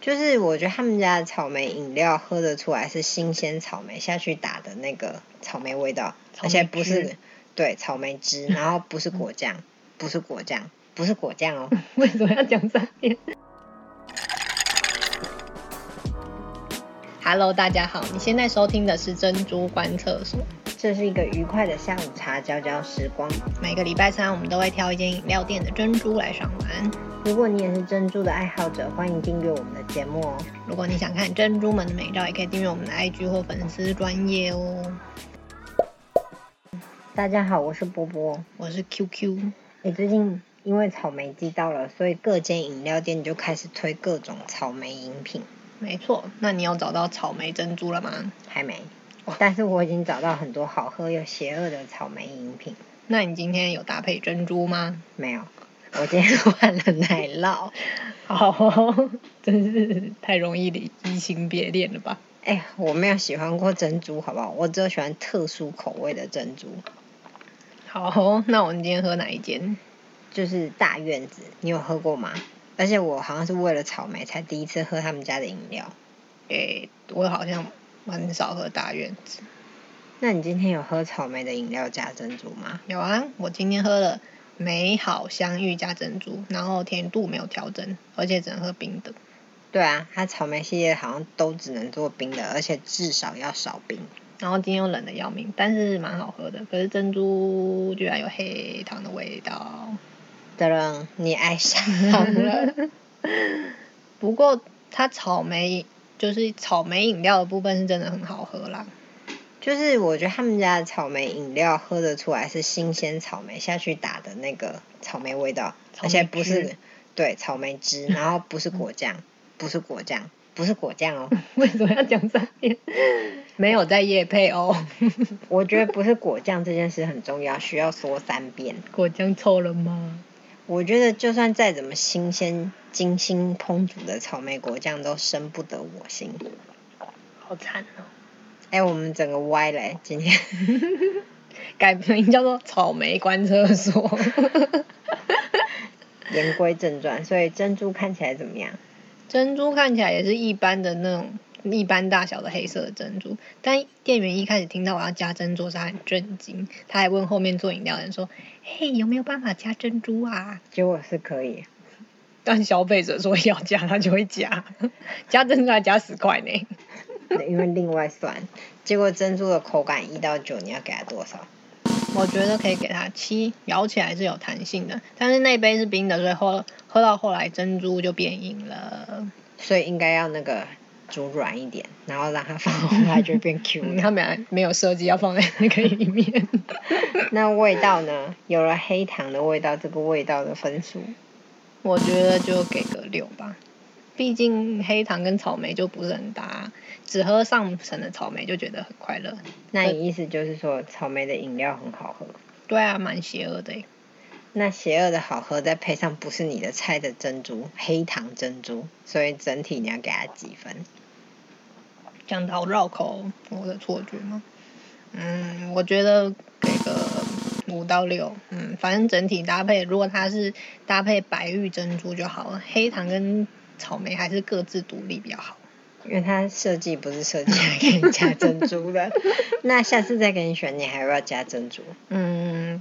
就是我觉得他们家的草莓饮料喝得出来是新鲜草莓下去打的那个草莓味道，草而莓且不汁是对草莓汁，然后不是果酱，不是果酱，不是果酱 哦。为什么要讲三遍？Hello，大家好，你现在收听的是珍珠观测所。这是一个愉快的下午茶，交交时光。每个礼拜三，我们都会挑一间饮料店的珍珠来赏玩。如果你也是珍珠的爱好者，欢迎订阅我们的节目哦。如果你想看珍珠们的美照，也可以订阅我们的 IG 或粉丝专业哦。大家好，我是波波。我是 QQ，你最近因为草莓季到了，所以各间饮料店就开始推各种草莓饮品，没错。那你有找到草莓珍珠了吗？还没。但是我已经找到很多好喝又邪恶的草莓饮品。那你今天有搭配珍珠吗？ 没有，我今天换了奶酪。好、哦，真是太容易离移情别恋了吧？ 哎、我没有喜欢过珍珠，好不好？我只有喜欢特殊口味的珍珠，好、哦，那我们今天喝哪一间？就是大院子。你有喝过吗？而且我好像是为了草莓才第一次喝他们家的饮料。诶、我好像很少喝大院子。那你今天有喝草莓的饮料加珍珠吗？有啊，我今天喝了美好香芋加珍珠，然后甜度没有调整，而且只能喝冰的。对啊，它草莓系列好像都只能做冰的，而且至少要少冰。然后今天又冷的要命，但是蛮好喝的。可是珍珠居然有黑糖的味道。 噔噔，你爱上了。不过它草莓就是草莓饮料的部分是真的很好喝啦。就是我觉得他们家的草莓饮料喝得出来是新鲜草莓下去打的那个草莓味道，草而莓且不是汁对草莓 汁，然后不是果酱，不是果酱，不是果酱哦， 为什么要讲三遍？ 没有在夜配哦， 我觉得不是果酱这件事很重要，需要说三遍。果酱臭了吗？我觉得就算再怎么新鲜、精心烹煮的草莓果酱都深不得我心。好惨哦！哎，我们整个歪了欸，今天 改名叫做草莓观厕所。 言归正传，所以珍珠看起来怎么样？珍珠看起来也是一般的那种一般大小的黑色的珍珠，但店员一开始听到我要加珍珠，他很震惊，他还问后面做饮料的人说：“嘿，有没有办法加珍珠啊结果是可以，？” 但消费者说要加，他就会加， 加珍珠还加十块呢。因为另外算，结果珍珠的口感一到九，你要给它多少？我觉得可以给它七，咬起来是有弹性的，但是那杯是冰的，所以喝喝到后来珍珠就变硬了。所以应该要那个煮软一点，然后让它放后它就变 Q 嗯，了。 他本来没有设计要放在那个里面。那味道呢？有了黑糖的味道，这个味道的分数， 我觉得就给个六吧，毕竟黑糖跟草莓就不是很搭，只喝上层的草莓就觉得很快乐。那你意思就是说草莓的饮料很好喝？对啊，蛮邪恶的耶。那邪恶的好喝再配上不是你的菜的珍珠，黑糖珍珠，所以整体你要给它几分？讲到绕口，我的错觉吗？嗯，我觉得给个五到六，嗯，反正整体搭配，如果它是搭配白玉珍珠就好了，黑糖跟草莓还是各自独立比较好。因为它设计不是设计来给你加珍珠的。 那下次再给你选，你还要不要加珍珠？嗯，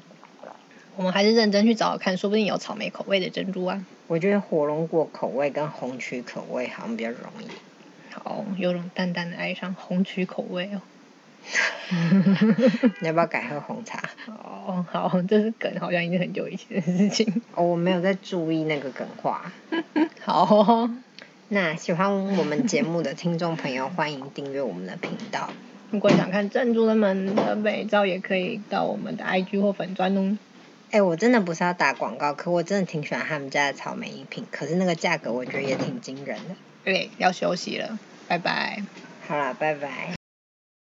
我们还是认真去找找看，说不定有草莓口味的珍珠啊。我觉得火龙果口味跟红曲口味好像比较容易。好，有种淡淡的哀伤，红曲口味哦。你要不要改喝红茶？哦，好，这是梗，好像已经很久以前的事情。 哦，我没有在注意那个梗话。好、哦，那喜欢我们节目的听众朋友，欢迎订阅我们的频道。如果想看珍珠的们的美照，也可以到我们的 IG 或粉专哦。哎，我真的不是要打广告，可我真的挺喜欢他们家的草莓饮品，可是那个价格我觉得也挺惊人的。对，要休息了，拜拜。好啦，拜拜。